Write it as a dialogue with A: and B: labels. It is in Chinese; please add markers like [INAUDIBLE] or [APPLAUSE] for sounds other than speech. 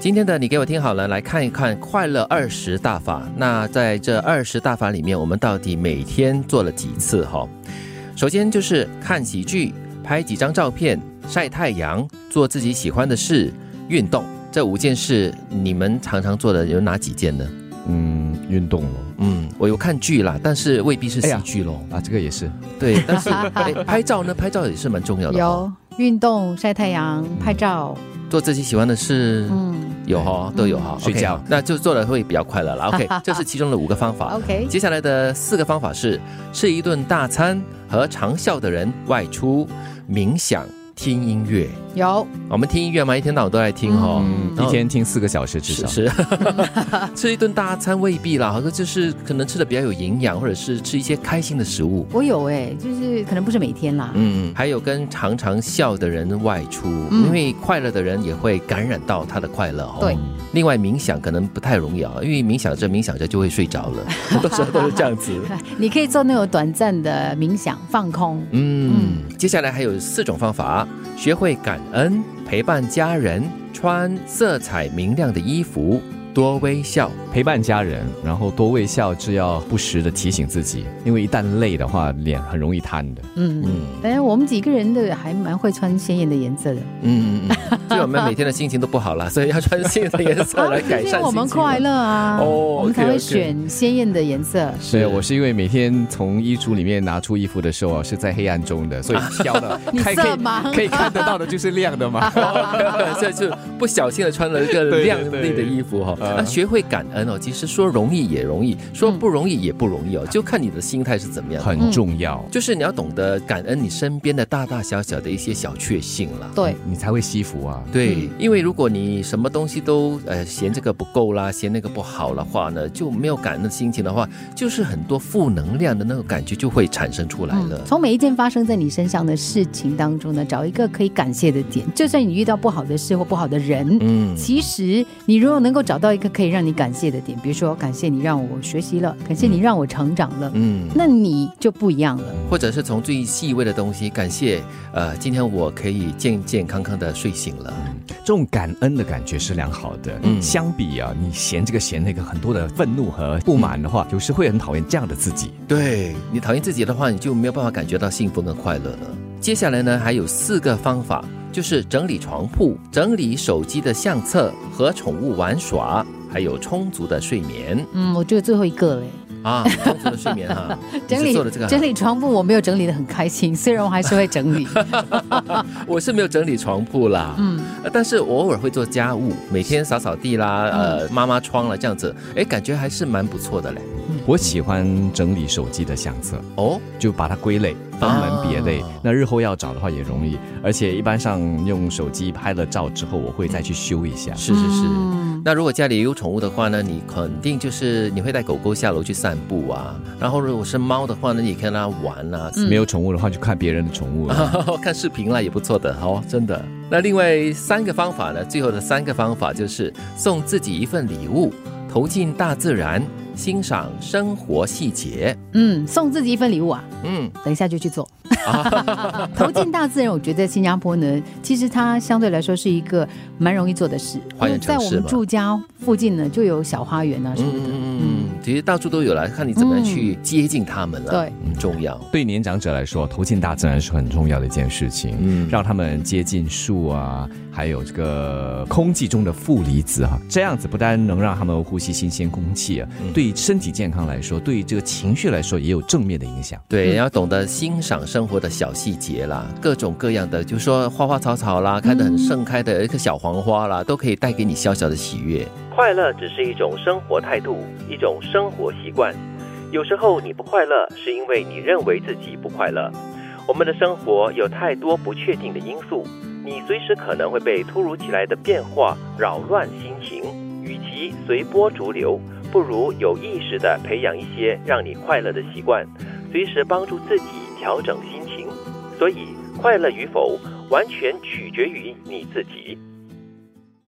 A: 今天的你给我听好了，来看一看快乐二十大法。那在这二十大法里面，我们到底每天做了几次哈？首先就是看喜剧、拍几张照片、晒太阳、做自己喜欢的事、运动，这五件事你们常常做的有哪几件呢？
B: 嗯，运动咯。
A: 嗯，我有看剧啦，但是未必是
B: 哎
A: 喜
B: 呀
A: 剧咯。
B: 啊，这个也是。
A: 对，但是、哎拍照呢，拍照也是蛮重
B: [LAUGHS]
A: 要的、哦。
C: 有运动、晒太阳、拍照，
A: 做自己喜欢的事，
C: 嗯
A: 有哈、都有哈、
B: 睡觉
A: OK，那就做了会比较快乐了。OK，这
B: [LAUGHS]
A: 是其中的五个方法。
C: 嗯，OK，
A: 接下来的四个方法是：吃一顿大餐，和长笑的人外出，冥想，听音乐。
C: 有
A: 我们听音乐嘛，一天到晚都在听哦。
C: 嗯
A: 然
B: 一
A: 后
B: 天听四个小时至少。
A: 是， [LAUGHS] 吃一顿大餐未必啦，好像就是可能吃的比较有营养，或者是吃一些开心的食物。
C: 我有哎、就是可能不是每天啦，
A: 嗯，还有跟常常笑的人外出，
C: 嗯
A: 因为快乐的人也会感染到他的快乐哦。
C: 对
A: 另外冥想可能不太容易啊，因为冥想着冥想着就会睡着了，很多时候都是这 [LAUGHS] 样子。
C: 你可以做那种短暂的冥想放空，
A: 嗯，接下来还有四种方法：学会感恩、陪伴家人、穿色彩明亮的衣服、多微笑。
B: [LAUGHS] 陪伴家人，然后多微笑，是要不时的提醒自己，因为一旦累的话，脸很容易瘫的。
C: 嗯。嗯
A: 嗯
C: 哎，我们几个人都还蛮会穿鲜艳的颜色的，
A: 嗯嗯嗯， [LAUGHS] 所以我们每天的心情都不好啦，所以要穿新的颜色来改
C: 因
A: 善心
C: 为
A: 情。
C: 啊我们
A: [LAUGHS]
C: 快乐啊，
A: 哦
C: 我们才
A: OK，OK
C: 会选鲜艳的
A: [LAUGHS]
C: 颜色。
B: 对，我是因为每天从衣橱里面拿出衣服的时候啊，是在黑暗中的，
A: [LAUGHS]
B: 所以挑的
C: 你
B: 看可
C: 色嗯
B: 以
C: 盲
B: 可以看得到的就是亮的
C: [LAUGHS]
B: 嘛。
A: 这就不小心的穿了一个
B: 对对
A: 亮丽的衣服哈、
B: 对
A: 那学会感恩哦，其实说容易也容易，说不容易也不容易哦，就看你的心态是怎么样。
B: 很重要，
A: 就是你要懂得感恩你身边的大大小小的一些小确幸啦。
C: 对，
B: 你才会惜福啊。
A: 对
C: 嗯，
A: 因为如果你什么东西都呃嫌这个不够啦，嫌那个不好的话呢，就没有感恩的心情的话，就是很多负能量的那种感觉就会产生出来了
C: 嗯。从每一件发生在你身上的事情当中呢，找一个可以感谢的点。就算你遇到不好的事或不好的人，
A: 嗯，
C: 其实你如果能够找到一个可以让你感谢的点，比如说感谢你让我学习了，感谢你让我成长了，
A: 嗯。
C: 那你就不一样了。
A: 或者是从最细微的东西，感谢呃，今天我可以健健康康的睡醒了。
B: 这种感恩的感觉是良好的。
A: 嗯
B: 相比啊，你嫌这个嫌那个，很多的愤怒和不满的话，有时会很讨厌这样的自己。
A: 对你讨厌自己的话，你就没有办法感觉到幸福跟快乐了。接下来呢，还有四个方法，就是整理床铺、整理手机的相册、和宠物玩耍，还有充足的睡眠
C: 嗯，我觉得最后一个嘞，
A: 啊，充足的睡眠
C: [LAUGHS]
A: 哈、你
C: 整
A: 是
C: 理
A: 做了这个啊，
C: 整理床铺，我没有整理的很开心，虽然我还是会整
A: [LAUGHS]
C: 理。
A: 我是没有整理床铺啦，
C: 嗯，
A: 呃但是我偶尔会做家务，每天扫扫地啦，
C: 嗯
A: 呃，抹抹窗了这样子，哎，感觉还是蛮不错的嘞。
B: 我喜欢整理手机的相册，
A: 哦，
B: 就把它归类，分门别类。
A: 啊
B: 那日后要找的话也容易，而且一般上用手机拍了照之后，我会再去修一下。
A: 是是是。
C: 嗯
A: 那如果家里有宠物的话呢，你肯定就是你会带狗狗下楼去散步啊。然后如果是猫的话呢，你可以让它玩啊，
C: 嗯
B: 没有宠物的话，就看别人的宠物
A: [LAUGHS]
B: 了。
A: 看视频啦也不错的哦，真的。那另外三个方法呢，最后的三个方法就是送自己一份礼物，投进大自然，欣赏生活细节。
C: 嗯，送自己一份礼物啊，
A: 嗯，
C: 等一下就去做。
A: 啊
C: [LAUGHS] 投进大自然，我觉得在新加坡呢，其实它相对来说是一个蛮容易做的事，因
A: 花
C: 为
A: 园
C: 在
A: 城
C: 我
A: 市嘛
C: 们住家附近呢，就有小花园啊什
A: 嗯
C: 么
A: 嗯
C: 的。
A: 嗯嗯，其实到处都有了，看你怎么样去接近它们了，
C: 对
A: 很重要。
B: 嗯对年长者来说，投进大自然是很重要的一件事情，
A: 嗯
B: 让他们接近树啊，还有这个空气中的负离子哈、这样子不单能让他们呼吸新鲜空气啊，
A: 嗯
B: 对身体健康来说，对这个情绪来说也有正面的影响。
A: 对，
C: 嗯
A: 要懂得欣赏生活的小细节啦，各种各样的，就是说花花草草
D: 嗯
A: 啦，开得很盛开的一个小黄花啦，都可以带给你小小的喜悦。
D: 快乐只是一种生活态度，一种生活习惯。有时候你不快乐，是因为你认为自己不快乐。我们的生活有太多不确定的因素，你随时可能会被突如其来的变化扰乱心情。与其随波逐流，不如有意识地培养一些让你快乐的习惯，随时帮助自己调整心情。所以，快乐与否完全取决于你自己。